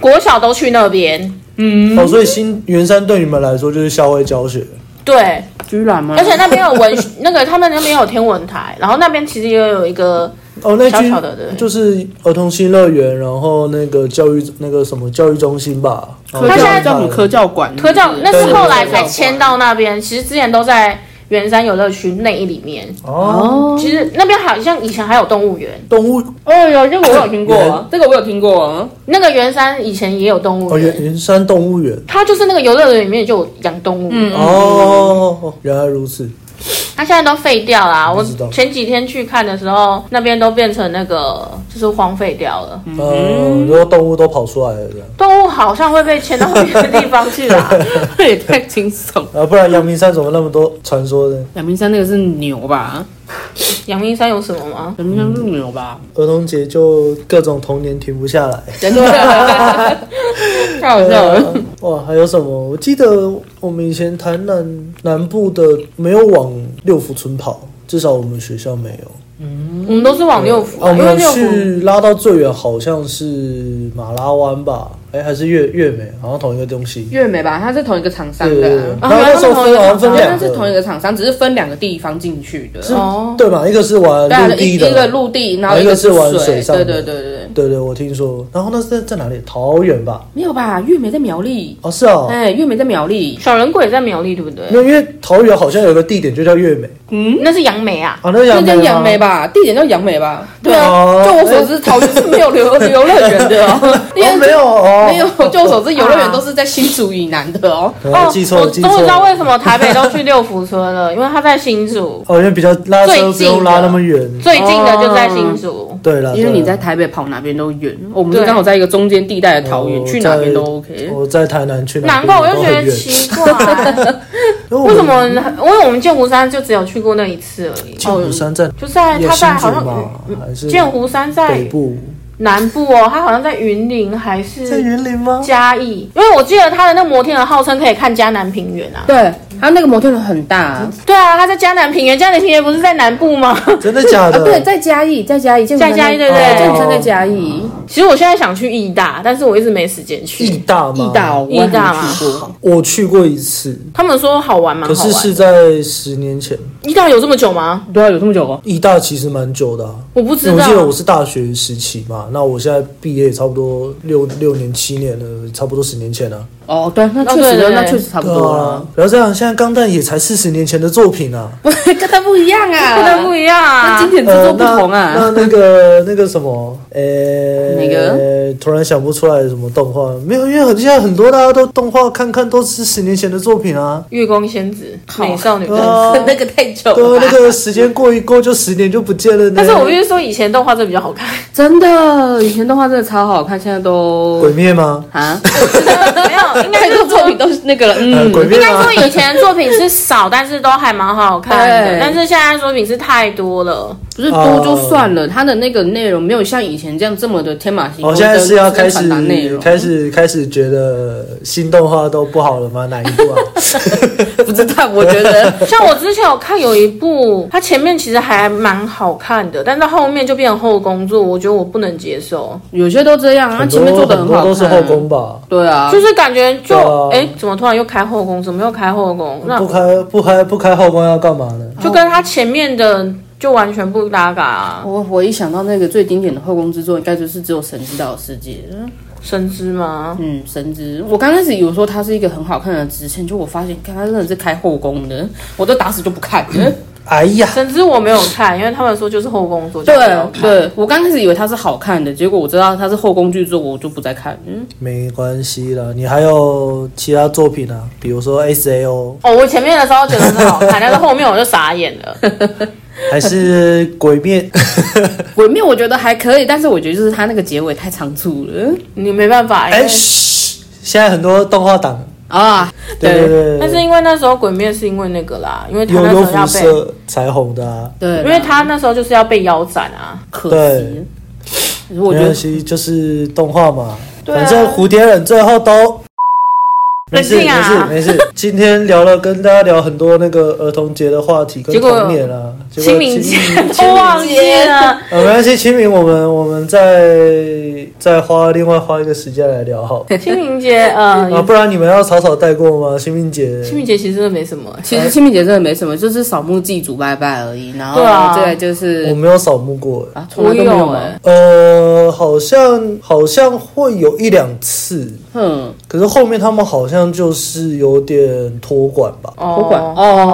Speaker 2: 国小都去那边。嗯
Speaker 1: 哦，所以新圆山对你们来说就是校外教学，
Speaker 2: 对，
Speaker 3: 居然
Speaker 1: 嗯
Speaker 3: 吗？
Speaker 2: 而且那边有文 [laughs] 那个他们那边有天文台，然后那边其实也有一个
Speaker 1: 哦，那
Speaker 2: 小
Speaker 1: 区
Speaker 2: 小的对
Speaker 1: 就是儿童新乐园，然后那个教育那个什么教育中心吧。
Speaker 3: 科
Speaker 2: 他
Speaker 3: 教
Speaker 2: 现在
Speaker 3: 叫什么科教馆？
Speaker 2: 科教，那
Speaker 1: 对
Speaker 2: 是
Speaker 1: 对
Speaker 2: 后来才迁到那边。其实之前都在圆山游乐区内里面，
Speaker 1: 哦，
Speaker 3: 哦
Speaker 2: 其实那边好像以前还有动物园。
Speaker 1: 动物
Speaker 3: 哦有这个我有
Speaker 1: 园
Speaker 3: 听过，这个我有
Speaker 1: [laughs]
Speaker 3: 听过。啊
Speaker 2: 那个圆山以前也有动物
Speaker 1: 哦，圆
Speaker 2: 园，
Speaker 1: 圆山动物园。
Speaker 2: 它就是那个游乐园里面就有养动物。嗯，
Speaker 1: 哦，原来如此。
Speaker 2: 它现在都废掉啦。我
Speaker 1: 不知道
Speaker 2: 前几天去看的时候，那边都变成那个就是荒废掉了。
Speaker 1: 嗯，如果动物都跑出来了这样，
Speaker 2: 动物好像会被牵到别的地方去啦。
Speaker 1: [laughs]
Speaker 3: [laughs] 这也太惊悚。
Speaker 1: 啊，不然阳明山怎么那么多传说呢？
Speaker 3: 阳明山那个是牛吧？
Speaker 2: 阳明山有什么吗？
Speaker 3: 阳明山是牛
Speaker 1: [laughs]
Speaker 3: 吧？
Speaker 1: 儿童节就各种童年停不下来。
Speaker 3: [laughs]
Speaker 1: 啊
Speaker 3: 真的，太好笑
Speaker 1: 呃
Speaker 3: 了。
Speaker 1: 哇，还有什么？我记得我们以前台南南部的没有往六福村跑，至少我们学校没有。
Speaker 2: 我们都是往六福、
Speaker 1: 啊我
Speaker 2: 因为
Speaker 1: 们
Speaker 2: 六福
Speaker 1: 去拉到最远好像是马拉湾吧？哎、还是月月美，好像同一个东西。
Speaker 3: 月美吧，它是同一个厂商
Speaker 1: 对对
Speaker 3: 的
Speaker 1: 对，
Speaker 3: 啊。
Speaker 1: 然后那时候分好像分
Speaker 3: 好
Speaker 1: 两
Speaker 3: 像
Speaker 1: 个，
Speaker 3: 是同一个厂商，只是分两个地方进去的。
Speaker 1: 是
Speaker 2: 哦
Speaker 1: 对吧？一个是玩
Speaker 3: 对啊，
Speaker 1: 陆
Speaker 3: 一
Speaker 1: 地
Speaker 3: 一
Speaker 1: 的，啊
Speaker 3: 个陆地，然后
Speaker 1: 一
Speaker 3: 个
Speaker 1: 个是玩水上的
Speaker 3: 对对对对对，
Speaker 1: 对对，我听说。然后那是在在哪里？桃园吧？
Speaker 3: 没有吧？月美在苗栗，
Speaker 1: 哦，是哦。
Speaker 3: 哎，月美在苗栗，
Speaker 2: 小人鬼在苗栗，对不对？
Speaker 1: 那因为桃园好像有个地点就叫月美
Speaker 2: 那是杨梅啊，
Speaker 1: 啊，那
Speaker 3: 那
Speaker 1: 杨梅
Speaker 3: 叫
Speaker 1: 吗
Speaker 3: 杨梅吧，地点叫杨梅吧？对啊，
Speaker 1: 哦
Speaker 3: 就我所知，桃园是没有 [laughs] 游游乐园的哦，因
Speaker 1: 哦，
Speaker 3: 为
Speaker 1: 没有哦， [laughs]
Speaker 3: 没有，就我所知，游乐
Speaker 2: 啊
Speaker 3: 园都是在新竹以南的哦。
Speaker 1: 哦，记错
Speaker 2: 我
Speaker 1: 了，记
Speaker 2: 终
Speaker 1: 错
Speaker 2: 于知道为
Speaker 1: 了。
Speaker 2: 什么台北都去六福村了，因为它在新竹，
Speaker 1: 哦，因为比较拉车
Speaker 2: 最
Speaker 1: 不
Speaker 2: 近的
Speaker 1: 用拉那么远。
Speaker 2: 最近的就在新竹。
Speaker 1: [laughs] 对了，
Speaker 3: 因为你
Speaker 1: 啊对
Speaker 3: 在
Speaker 1: 啦
Speaker 3: 台北跑哪边都远，我们
Speaker 2: 对
Speaker 3: 是刚好在一个中间地带的桃园，
Speaker 1: 我
Speaker 3: 去哪边都
Speaker 1: 哦在哦
Speaker 3: OK。
Speaker 1: 我在台南去哪边
Speaker 2: 难怪我
Speaker 1: 都
Speaker 2: 就觉
Speaker 1: 很
Speaker 2: 得
Speaker 1: 远
Speaker 2: 奇怪，
Speaker 1: 因我
Speaker 2: 为什
Speaker 1: 们
Speaker 2: 么？因为我们剑湖山就只有去过那一次而已，
Speaker 1: 剑湖山在
Speaker 2: 就在
Speaker 1: 也
Speaker 2: 它
Speaker 1: 新
Speaker 2: 在
Speaker 1: 竹
Speaker 2: 好像嗯
Speaker 1: 吧，还是
Speaker 2: 剑湖山在
Speaker 1: 北部？
Speaker 2: 南部哦，它好像在云林还是
Speaker 1: 在云林吗？
Speaker 2: 嘉义，因为我记得他的那个摩天轮号称可以看嘉南平原啊。
Speaker 3: 对，它那个摩天轮很大啊，
Speaker 2: 对啊，他在嘉南平原，嘉南平原不是在南
Speaker 1: [laughs]
Speaker 2: 部吗？
Speaker 1: [laughs] 真的假
Speaker 3: 啊
Speaker 2: 呃
Speaker 1: 的？
Speaker 3: 对，在嘉义，在嘉义，建
Speaker 2: 在嘉义对不
Speaker 1: 哦
Speaker 2: 对？
Speaker 3: 建山在嘉义，
Speaker 2: 其实我现在想去义大，但是我一直没时间
Speaker 1: 义
Speaker 2: 去。
Speaker 1: 大吗？
Speaker 3: 义大哦，我
Speaker 2: 义大
Speaker 3: 还没去过。
Speaker 1: 我去过一次，
Speaker 2: 他们说好玩，蛮
Speaker 1: 可
Speaker 2: 好
Speaker 1: 是
Speaker 2: 玩
Speaker 1: 是
Speaker 2: 的。
Speaker 1: 在十年前。
Speaker 2: 义大有这么久吗？
Speaker 3: 对啊，有这么久哦。
Speaker 1: 义大其实蛮久的、啊。
Speaker 2: 我不知
Speaker 1: 因为我
Speaker 2: 道
Speaker 1: 记。得我是大学时期嘛，那我现在毕业也差不多六六年七年了，差不多十年前了、
Speaker 3: 哦，对，那确
Speaker 2: 哦对
Speaker 3: 实，
Speaker 2: 对对
Speaker 3: 那确实差不
Speaker 1: 对
Speaker 3: 多
Speaker 1: 啊
Speaker 3: 了。，
Speaker 1: 不要这样，现在钢弹也才四十年前的作品啊，
Speaker 3: 不是跟他不一样啊，
Speaker 2: 跟他不
Speaker 3: 一
Speaker 2: 一样啊
Speaker 3: 那。经典之
Speaker 1: 呃
Speaker 3: 作不同
Speaker 1: 那
Speaker 3: 啊。
Speaker 1: 那那个那个什么，呃、
Speaker 3: 哪个
Speaker 1: 突然想不出来什么动画，没有，因为很现在很多大家都动画看看都是十年前的作品啊。
Speaker 2: 月光仙子、
Speaker 3: 好
Speaker 2: 美少女战士
Speaker 1: 哦那
Speaker 3: [laughs] 那个太久
Speaker 1: 对
Speaker 3: 了
Speaker 1: 啊，
Speaker 3: 吧，
Speaker 1: 那个时间过一过就十年就不见了呢。
Speaker 2: 但是我必须说，以前动画真的比较
Speaker 1: [laughs]
Speaker 2: 好看。
Speaker 3: 真的，以前动画真的超好看，现在都
Speaker 1: 鬼灭吗？
Speaker 3: 啊，
Speaker 1: [laughs]
Speaker 2: 没有，应该
Speaker 3: 太
Speaker 2: 是
Speaker 3: 多作品
Speaker 2: 说。
Speaker 3: 都是那个了，
Speaker 1: 呃
Speaker 3: 嗯，
Speaker 1: 鬼灭
Speaker 2: 应该
Speaker 1: 吗
Speaker 2: 说？以前作品是少，但是都还蛮好看的。
Speaker 3: 对
Speaker 2: 但是现在作品是太多了，
Speaker 3: 不是多就算了，它的那个内容没有像以前这样这么的天马行
Speaker 1: 哦，
Speaker 3: 空跟。
Speaker 1: 现在是要开
Speaker 3: 跟传达内
Speaker 1: 始
Speaker 3: 容，
Speaker 1: 开始开始觉得新动画都不好了吗？哪一部啊？
Speaker 3: 不知道， [laughs] 我觉得
Speaker 2: 像我之前有看有一部，它前面其实还蛮好看的，但是后面就变成后宫作，我觉得我不能接受，
Speaker 3: 有些
Speaker 1: [laughs]
Speaker 3: 都这样啊，
Speaker 1: 很
Speaker 3: [laughs] 前面
Speaker 1: 多
Speaker 3: 做的
Speaker 1: 很
Speaker 3: 好
Speaker 1: 多
Speaker 3: 嗯看，
Speaker 1: 都是后宫吧？
Speaker 3: 对啊，
Speaker 2: 就是感觉就
Speaker 1: 对
Speaker 2: 哎、
Speaker 1: 啊
Speaker 2: 诶怎么突然又开后宫？怎么又开后宫？那
Speaker 1: 不开不开不开后宫要干嘛呢？
Speaker 2: 就跟它前面的就完全不搭嘎、啊。
Speaker 3: 我我一想到那个最经典的后宫之作，应该就是只有神知道的世界。
Speaker 2: 深知吗？
Speaker 3: 嗯，神知，我刚开始有说它是一个很好看的支线，就我发现，看它真的是开后宫的，我都打死就
Speaker 1: [laughs]
Speaker 3: 不看。
Speaker 1: 哎呀，
Speaker 2: 深知我没有看，因为他们说就是后宫作，就没有
Speaker 3: 对
Speaker 2: 看
Speaker 3: 对，我刚开始以为它是好看的，结果我知道它是后宫剧作，我就不再看。嗯，
Speaker 1: 没关系啦，你还有其他作品啊，比如说 S A O，
Speaker 2: 哦，我前面的时候觉得很好看，但是后面我就傻眼
Speaker 1: [laughs]
Speaker 2: 了。
Speaker 1: 还是鬼灭，
Speaker 3: 鬼灭我觉得还可以，但是我觉得就是它那个结尾太仓促了
Speaker 2: 你没办法，因
Speaker 1: 哎、
Speaker 2: 为
Speaker 1: 嘘，现在很多动画党，
Speaker 3: 啊。
Speaker 1: 对对对
Speaker 2: 但是因为那时候《鬼灭》是因为那个啦，因为他
Speaker 1: 悠
Speaker 2: 那时
Speaker 1: 悠
Speaker 2: 候
Speaker 1: 辐
Speaker 2: 要被，
Speaker 1: 射才红的啊，
Speaker 3: 对，
Speaker 2: 因为他那时候就是要被腰斩啊。
Speaker 3: 可惜
Speaker 1: 对，
Speaker 3: 可是我
Speaker 1: 没
Speaker 3: 觉得
Speaker 1: 关系，就是动画嘛，
Speaker 2: 对啊
Speaker 1: 反正蝴蝶忍最后都。没事
Speaker 2: 冷静
Speaker 1: 没事
Speaker 2: 啊
Speaker 1: 没事，今天聊了跟大家聊很多那个儿童节的话题跟
Speaker 2: 结果
Speaker 1: 童年啊，结果
Speaker 2: 清明节
Speaker 1: 清
Speaker 2: [laughs] 都忘记了，
Speaker 1: 呃，没关系，清明我们我们再再花另外花一个时间来聊好了，
Speaker 2: 清明节，呃，
Speaker 1: 啊，不然你们要草草带过吗？清明节，
Speaker 2: 清明节其实真的没什么。
Speaker 3: 其实清明节真的没什么，就是扫墓祭祖拜拜而已。然后
Speaker 2: 对啊
Speaker 3: 再来就是
Speaker 1: 我没有扫墓过、欸
Speaker 3: 啊，从来都没有
Speaker 2: 我有
Speaker 3: 吗
Speaker 2: 欸？
Speaker 1: 呃，好像好像会有一两次，
Speaker 3: 哼，
Speaker 1: 可是后面他们好像就是有点托管吧。
Speaker 3: 托管哦
Speaker 2: 哦，
Speaker 3: 哦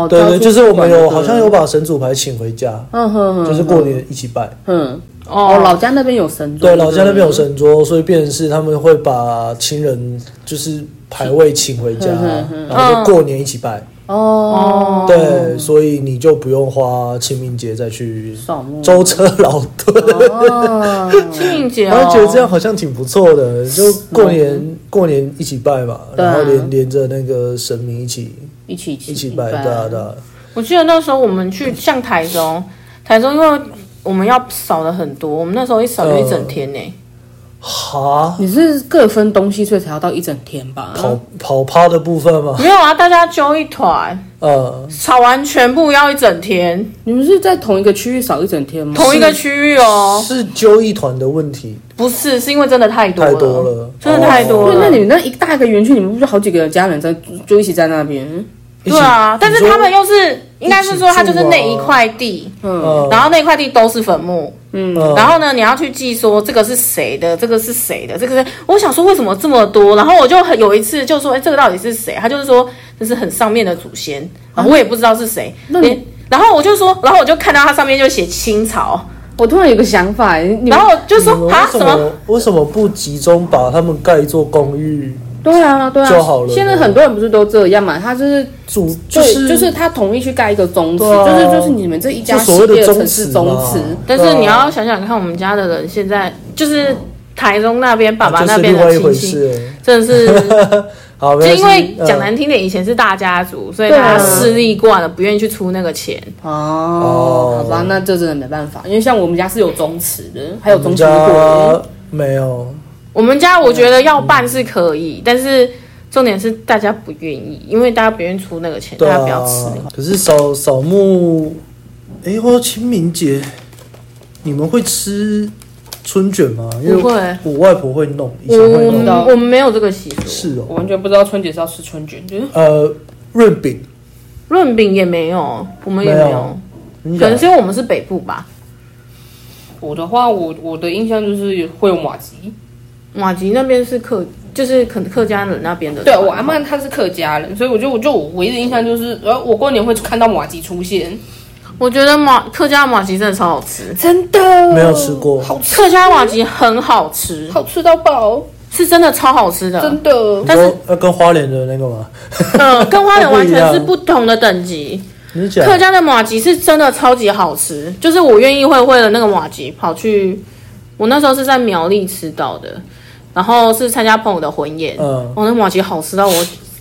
Speaker 3: 哦哦，
Speaker 1: 对对，就是我们有
Speaker 3: 抓住托管的
Speaker 1: 好像有，把神主牌请回家，
Speaker 3: 嗯哼哼，
Speaker 1: 就是过年一起拜。
Speaker 3: 哼，哦，
Speaker 2: 哦，
Speaker 3: 老家那边有神桌，
Speaker 1: 对，老家那边有神桌，所以变成是他们会把亲人就是牌位请回家，
Speaker 3: 嗯
Speaker 1: 然后就过年一起拜。
Speaker 3: 哦，
Speaker 1: 对，所以你就不用花清明节再去
Speaker 3: 扫墓
Speaker 1: 舟车劳顿。 [laughs]
Speaker 3: 哦，
Speaker 2: 清明节
Speaker 1: 然
Speaker 2: 哦
Speaker 1: 后，觉得这样好像挺不错的，就过年过年一起拜嘛，
Speaker 3: 对啊
Speaker 1: 然后连连着那个神明一起
Speaker 3: 一起
Speaker 1: 一起拜，对啊对啊，
Speaker 2: 我记得那时候我们去像台中，台中因为我们要扫的很多，我们那时候一扫就一整天呢。
Speaker 1: 哦哈，
Speaker 3: 你是各分东西，所以才要到一整天吧？
Speaker 1: 跑跑趴的部分嘛，
Speaker 2: 没有啊，大家揪一团，
Speaker 1: 呃，
Speaker 2: 扫完全部要一整天，
Speaker 3: 你们是在同一个区域扫一整天吗？
Speaker 2: 同一个区域哦。
Speaker 1: 是揪一团的问题，
Speaker 2: 不是，是因为真的太多
Speaker 1: 太多了哦
Speaker 2: 真的太多
Speaker 3: 对，
Speaker 2: 了。
Speaker 3: 那你们那一大个园区，你们不是好几个家人在就一起在那边？
Speaker 1: 一
Speaker 2: 对
Speaker 1: 起
Speaker 2: 啊，但是他们又是，应该是说他就是那
Speaker 1: 一起
Speaker 2: 一
Speaker 1: 住啊
Speaker 2: 块地，
Speaker 1: 嗯
Speaker 2: 然后那一块地都是坟墓，
Speaker 1: 嗯，
Speaker 2: 然后呢，你要去记说这个是谁的，这个是谁的，这个是。我想说为什么这么多？然后我就很有一次就说，哎、这个到底是谁？他就是说这是很上面的祖先，然后我也不知道是谁。
Speaker 1: 啊
Speaker 3: 那你
Speaker 2: 连然后我就说，然后我就看到它上面就写清朝，
Speaker 3: 我突然有个想法，你们
Speaker 2: 然后我就
Speaker 1: 你们
Speaker 2: 说啊
Speaker 1: 为什
Speaker 2: 什么？
Speaker 1: 么为什么不集中把他们盖一座公寓
Speaker 3: 对啊，对啊，
Speaker 1: 就好了
Speaker 3: 现在很多人不是都这样嘛？他就是
Speaker 1: 住？
Speaker 3: 对，就是他同意去盖一个宗祠，
Speaker 1: 对啊
Speaker 3: 就是就是你们这一家
Speaker 1: 就所谓的
Speaker 3: 系列
Speaker 1: 宗
Speaker 3: 城
Speaker 1: 祠
Speaker 3: 市
Speaker 1: 嘛
Speaker 3: 宗祠，
Speaker 2: 但
Speaker 1: 啊
Speaker 2: 是你要想想看，我们家的人现在就是台中那边、爸
Speaker 1: 啊
Speaker 2: 爸
Speaker 1: 就
Speaker 2: 那
Speaker 1: 是
Speaker 2: 边
Speaker 1: 另外
Speaker 2: 的
Speaker 1: 一
Speaker 2: 亲
Speaker 1: 回
Speaker 2: 戚，
Speaker 1: 事。欸
Speaker 2: 真的
Speaker 1: [laughs]
Speaker 2: 是，
Speaker 1: 好，没关
Speaker 2: 就
Speaker 1: 系
Speaker 2: 因为
Speaker 1: 呃
Speaker 2: 讲难听点，以前是大家族，所以
Speaker 3: 对
Speaker 2: 大
Speaker 3: 啊
Speaker 2: 家势力惯了，不愿意去出那个钱。
Speaker 3: 哦
Speaker 1: 哦，
Speaker 3: 好吧，那这真的没办法，因为像我们家是有宗祠的，还有
Speaker 1: 我
Speaker 3: 宗
Speaker 1: 们
Speaker 3: 祠
Speaker 1: 家
Speaker 3: 过
Speaker 1: 没有，
Speaker 2: 我们
Speaker 1: 啊
Speaker 2: 家我觉得要办是可以，但是重点是大家不愿意，因为大家不愿意出那个钱，大
Speaker 1: 对
Speaker 2: 家
Speaker 1: 啊
Speaker 2: 不要吃那个。。
Speaker 1: 可是扫扫墓，哎、或者清明节，你们会吃春卷吗？因为
Speaker 2: 不会
Speaker 1: 我外婆会弄，以前
Speaker 2: 我
Speaker 1: 会
Speaker 2: 我
Speaker 1: 弄
Speaker 3: 道。
Speaker 2: 们我们没有这个习俗，
Speaker 1: 是
Speaker 3: 我
Speaker 1: 哦，
Speaker 3: 完全不知道春节是要吃春卷，就是
Speaker 1: 呃，润饼，
Speaker 2: 润饼也没有，我们也
Speaker 1: 没
Speaker 2: 没有
Speaker 1: 有。你
Speaker 2: 可
Speaker 1: 讲
Speaker 2: 能是因为我们是北部吧，
Speaker 3: 我的话，我我的印象就是会有马吉，
Speaker 2: 马吉那边是客就是可能客家人那边的
Speaker 3: 对啊
Speaker 2: 传统。
Speaker 3: 我阿妈她是客家人，所以我就我就我唯一的印象就是，呃，我过年会看到马吉出现，
Speaker 2: 我觉得马客家马吉真的超好吃，
Speaker 3: 真的
Speaker 1: 没有吃过
Speaker 3: 好吃
Speaker 2: 客家马吉很好吃，
Speaker 3: 好吃到爆，哦
Speaker 2: 是真的超好吃的。
Speaker 3: 真的。
Speaker 2: 但是
Speaker 1: 你说要跟花莲的那个吗？
Speaker 2: 嗯， [laughs] 跟花莲完
Speaker 1: 不一
Speaker 2: 全
Speaker 1: 样
Speaker 2: 是不同的等
Speaker 1: [laughs]
Speaker 2: 级。
Speaker 1: 你讲
Speaker 2: 客家的马吉是真的超级好吃，就是我愿意会为了那个马吉跑去，我那时候是在苗栗吃到的，然后是参加朋友的婚宴，
Speaker 1: 嗯
Speaker 2: 哦，那马吉好吃到我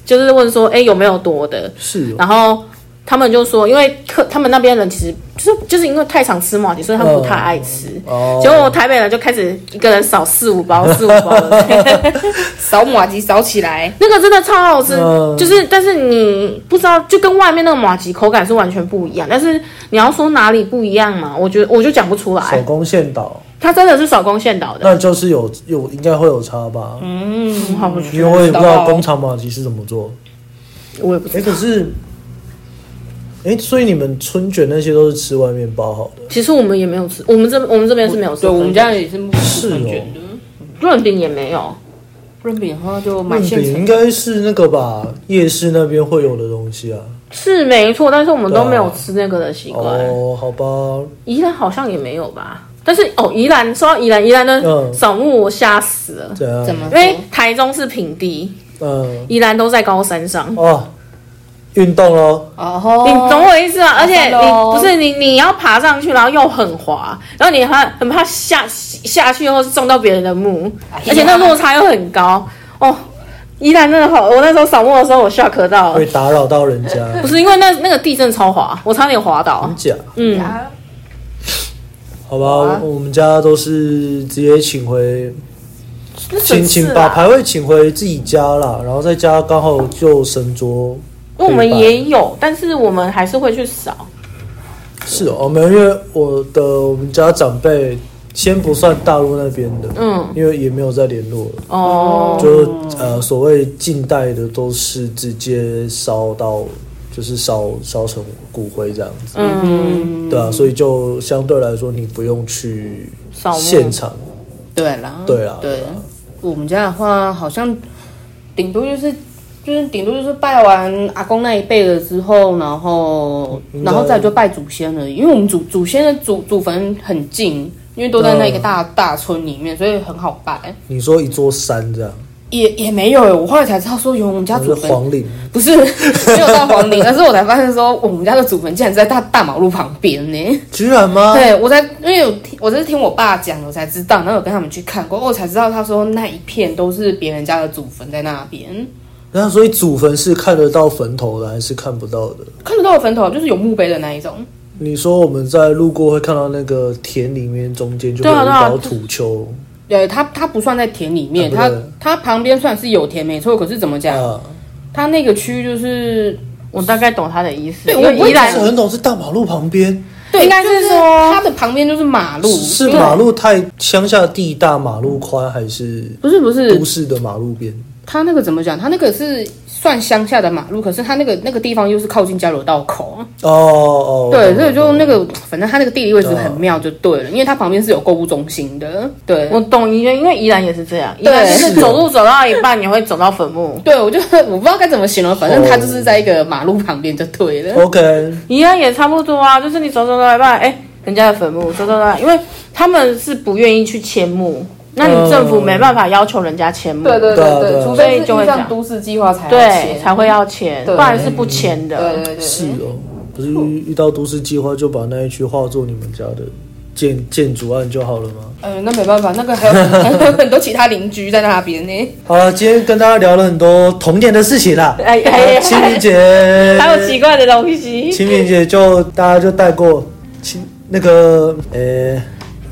Speaker 2: 就是问说，哎、有没有多的？
Speaker 1: 是哦
Speaker 2: 然后他们就说，因为客他们那边人其实就是就是因为太常吃马吉，所以他们不太爱吃。
Speaker 1: 嗯哦，
Speaker 2: 结果我台北人就开始一个人少四五包，四五包的，
Speaker 1: [laughs]
Speaker 3: 扫马吉扫起来，
Speaker 2: 那个真的超好吃，
Speaker 1: 嗯
Speaker 2: 就是但是你不知道，就跟外面那个马吉口感是完全不一样。但是你要说哪里不一样嘛，我觉得我就讲不
Speaker 1: 手
Speaker 2: 出来，
Speaker 1: 工线导，
Speaker 2: 它真的是手工现导的，
Speaker 1: 那就是有有应该会有差吧，
Speaker 2: 嗯，好不
Speaker 1: 因为我也不知
Speaker 3: 知
Speaker 1: 道
Speaker 3: 道
Speaker 1: 工厂马吉是怎么做。
Speaker 2: 我也不知
Speaker 1: 哎、可是，哎、所以你们春卷那些都是吃外面包好的，
Speaker 2: 其实我们也没有吃，我们这我们这边是没有吃春
Speaker 3: 对
Speaker 2: 卷，
Speaker 3: 我们家也是不
Speaker 1: 是
Speaker 3: 春
Speaker 1: 哦
Speaker 3: 卷的。
Speaker 2: 润饼也没有，
Speaker 3: 润饼的话就买
Speaker 1: 润
Speaker 3: 现
Speaker 1: 饼
Speaker 3: 成
Speaker 1: 应
Speaker 3: 的，
Speaker 1: 该是那个吧，夜市那边会有的东西啊。
Speaker 2: 是没错，但是我们
Speaker 1: 对
Speaker 2: 都
Speaker 1: 啊
Speaker 2: 没有吃那个的习惯。
Speaker 1: 哦，好吧，
Speaker 2: 宜兰好像也没有吧，但是哦，宜兰说到宜兰，宜兰的
Speaker 1: 嗯
Speaker 2: 扫墓我吓死了，
Speaker 1: 怎样？
Speaker 3: 怎么
Speaker 2: 因为台中是平地，
Speaker 1: 嗯，
Speaker 2: 宜兰都在高山上。
Speaker 1: 哦，运动喽，
Speaker 3: 哦，
Speaker 2: 你懂我意思吗？而且
Speaker 3: 好
Speaker 2: 你
Speaker 3: 的哦
Speaker 2: 不是你，你要爬上去，然后又很滑，然后你还很怕下下去后是撞到别人的墓，
Speaker 3: 哎呀
Speaker 2: 而且那落差又很高。哦，宜兰真的好，我那时候扫墓的时候我 shock
Speaker 3: 哦
Speaker 2: 到了
Speaker 1: 会，打扰到人家，
Speaker 3: [laughs]
Speaker 2: 不是因为那那个地震超滑，我差点滑倒
Speaker 1: 很。假。
Speaker 2: 嗯，
Speaker 3: 啊
Speaker 1: 好
Speaker 3: 好
Speaker 1: 吧
Speaker 3: 啊，
Speaker 1: 我们家都是直接请回，
Speaker 2: 那省
Speaker 1: 请
Speaker 2: 事
Speaker 1: 请
Speaker 2: 啦
Speaker 1: 把牌位请回自己家啦，然后在家刚好就神桌。
Speaker 2: 因为我们也有，但是我们还是会去扫。
Speaker 1: 是哦，没有，因为我的我们家长辈，先不算大陆那边的，
Speaker 2: 嗯，
Speaker 1: 因为也没有再联络了，
Speaker 2: 哦，
Speaker 1: 就呃所谓近代的都是直接烧到，就是烧烧成骨灰这样子，
Speaker 2: 嗯，
Speaker 1: 对啊，所以就相对来说你不用去
Speaker 2: 扫墓
Speaker 1: 现场，
Speaker 3: 对啦，
Speaker 1: 对啊
Speaker 3: 对，我们家的话好像顶多就是。就是顶多就是拜完阿公那一辈了之后，然后
Speaker 1: 应该
Speaker 3: 然后再就拜祖先了，因为我们祖祖先的祖祖坟很近，因为都在那个大、大村里面，所以很好拜。
Speaker 1: 你说一座山这样，
Speaker 3: 也也没有诶，我后来才知道说，原来我们家
Speaker 1: 那是
Speaker 3: 祖坟
Speaker 1: 黄陵，
Speaker 3: 不是 [laughs] 没有到黄陵，而是我才发现说，我们家的祖坟竟然在大大马路旁边呢。
Speaker 1: 居然吗？
Speaker 3: 对，我在因为我听我是听我爸讲，我才知道，然后有跟他们去看过，我才知道他说那一片都是别人家的祖坟在那边，
Speaker 1: 那所以祖坟是看得到坟头的还是看不到的？
Speaker 3: 看得到的坟头就是有墓碑的那一种。
Speaker 1: 你说我们在路过会看到那个田里面中间就会有一
Speaker 2: 对啊对啊
Speaker 1: 条土丘，
Speaker 3: 对，它它不算在田里面，
Speaker 1: 啊
Speaker 3: 它
Speaker 1: 不对
Speaker 3: 它旁边算是有田没错，可是怎么讲，
Speaker 1: 啊，
Speaker 3: 它那个区就是
Speaker 2: 我大概懂他的意思。
Speaker 3: 对
Speaker 2: 因为
Speaker 3: 我
Speaker 2: 宜兰
Speaker 1: 不是很懂，是大马路旁边，
Speaker 3: 对，
Speaker 2: 应该是
Speaker 3: 就
Speaker 2: 说
Speaker 3: 它的旁边就是马路，
Speaker 1: 是
Speaker 3: 因为
Speaker 1: 马路太乡下地大，马路宽还是
Speaker 3: 不是不是
Speaker 1: 都市的马路边？
Speaker 3: 他那个怎么讲？他那个是算乡下的马路，可是他那个那个地方又是靠近交流道口啊。
Speaker 1: 哦哦，
Speaker 3: 对，
Speaker 1: 懂
Speaker 3: 所以就
Speaker 1: 懂
Speaker 3: 那个，反正他那个地理位置很妙就对了，因为它旁边是有购物中心的。对，
Speaker 1: 哦
Speaker 2: 我懂宜兰，因为宜兰也是这样，宜兰就是
Speaker 1: 是
Speaker 2: 走路走到一半你会走到坟墓。
Speaker 3: 对我就我不知道该怎么形容，反正他就是在一个马路旁边就对了。
Speaker 1: OK，
Speaker 2: 一样也差不多啊，就是你走走到一半，哎、人家的坟墓走走到一半，因为他们是不愿意去迁墓，那你政府没办法要求人家迁
Speaker 3: 哦
Speaker 2: 墓，
Speaker 1: [laughs] 对对对除
Speaker 2: 非是就会这样
Speaker 3: 都市计划才
Speaker 2: 对才会要迁，不
Speaker 3: 对
Speaker 2: 然是不迁的。
Speaker 3: 对
Speaker 1: 是哦，不是遇遇到都市计划就把那一区划作你们家的建建筑案就好了吗？
Speaker 3: 呃，那没办法，那个还有 [laughs] 还有很多其他邻居在那
Speaker 2: [laughs]
Speaker 3: 边呢。
Speaker 1: 好了，今天跟大家聊了很多童年的事情啦，
Speaker 2: 哎哎，
Speaker 1: 清明
Speaker 2: 哎
Speaker 1: 节，
Speaker 2: 还有奇怪的东西 [laughs]
Speaker 1: 清明节就大家就带过清那个呃、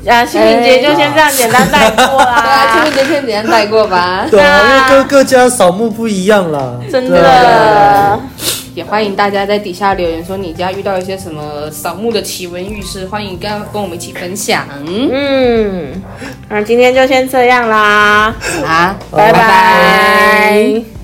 Speaker 2: 啊，清明节就先这样简单带过啦。
Speaker 3: 节先简单带过吧。
Speaker 1: 对啊，
Speaker 2: 那
Speaker 1: 因为各各家扫墓不一样啦，
Speaker 2: 真
Speaker 1: 对啊
Speaker 2: 的，
Speaker 3: 也欢迎大家在底下留言说你家遇到一些什么扫墓的奇闻异事，欢迎跟跟我们一起分享
Speaker 2: 嗯嗯，那今天就先这样啦，
Speaker 3: 啊，
Speaker 2: 拜
Speaker 3: 拜拜
Speaker 2: 拜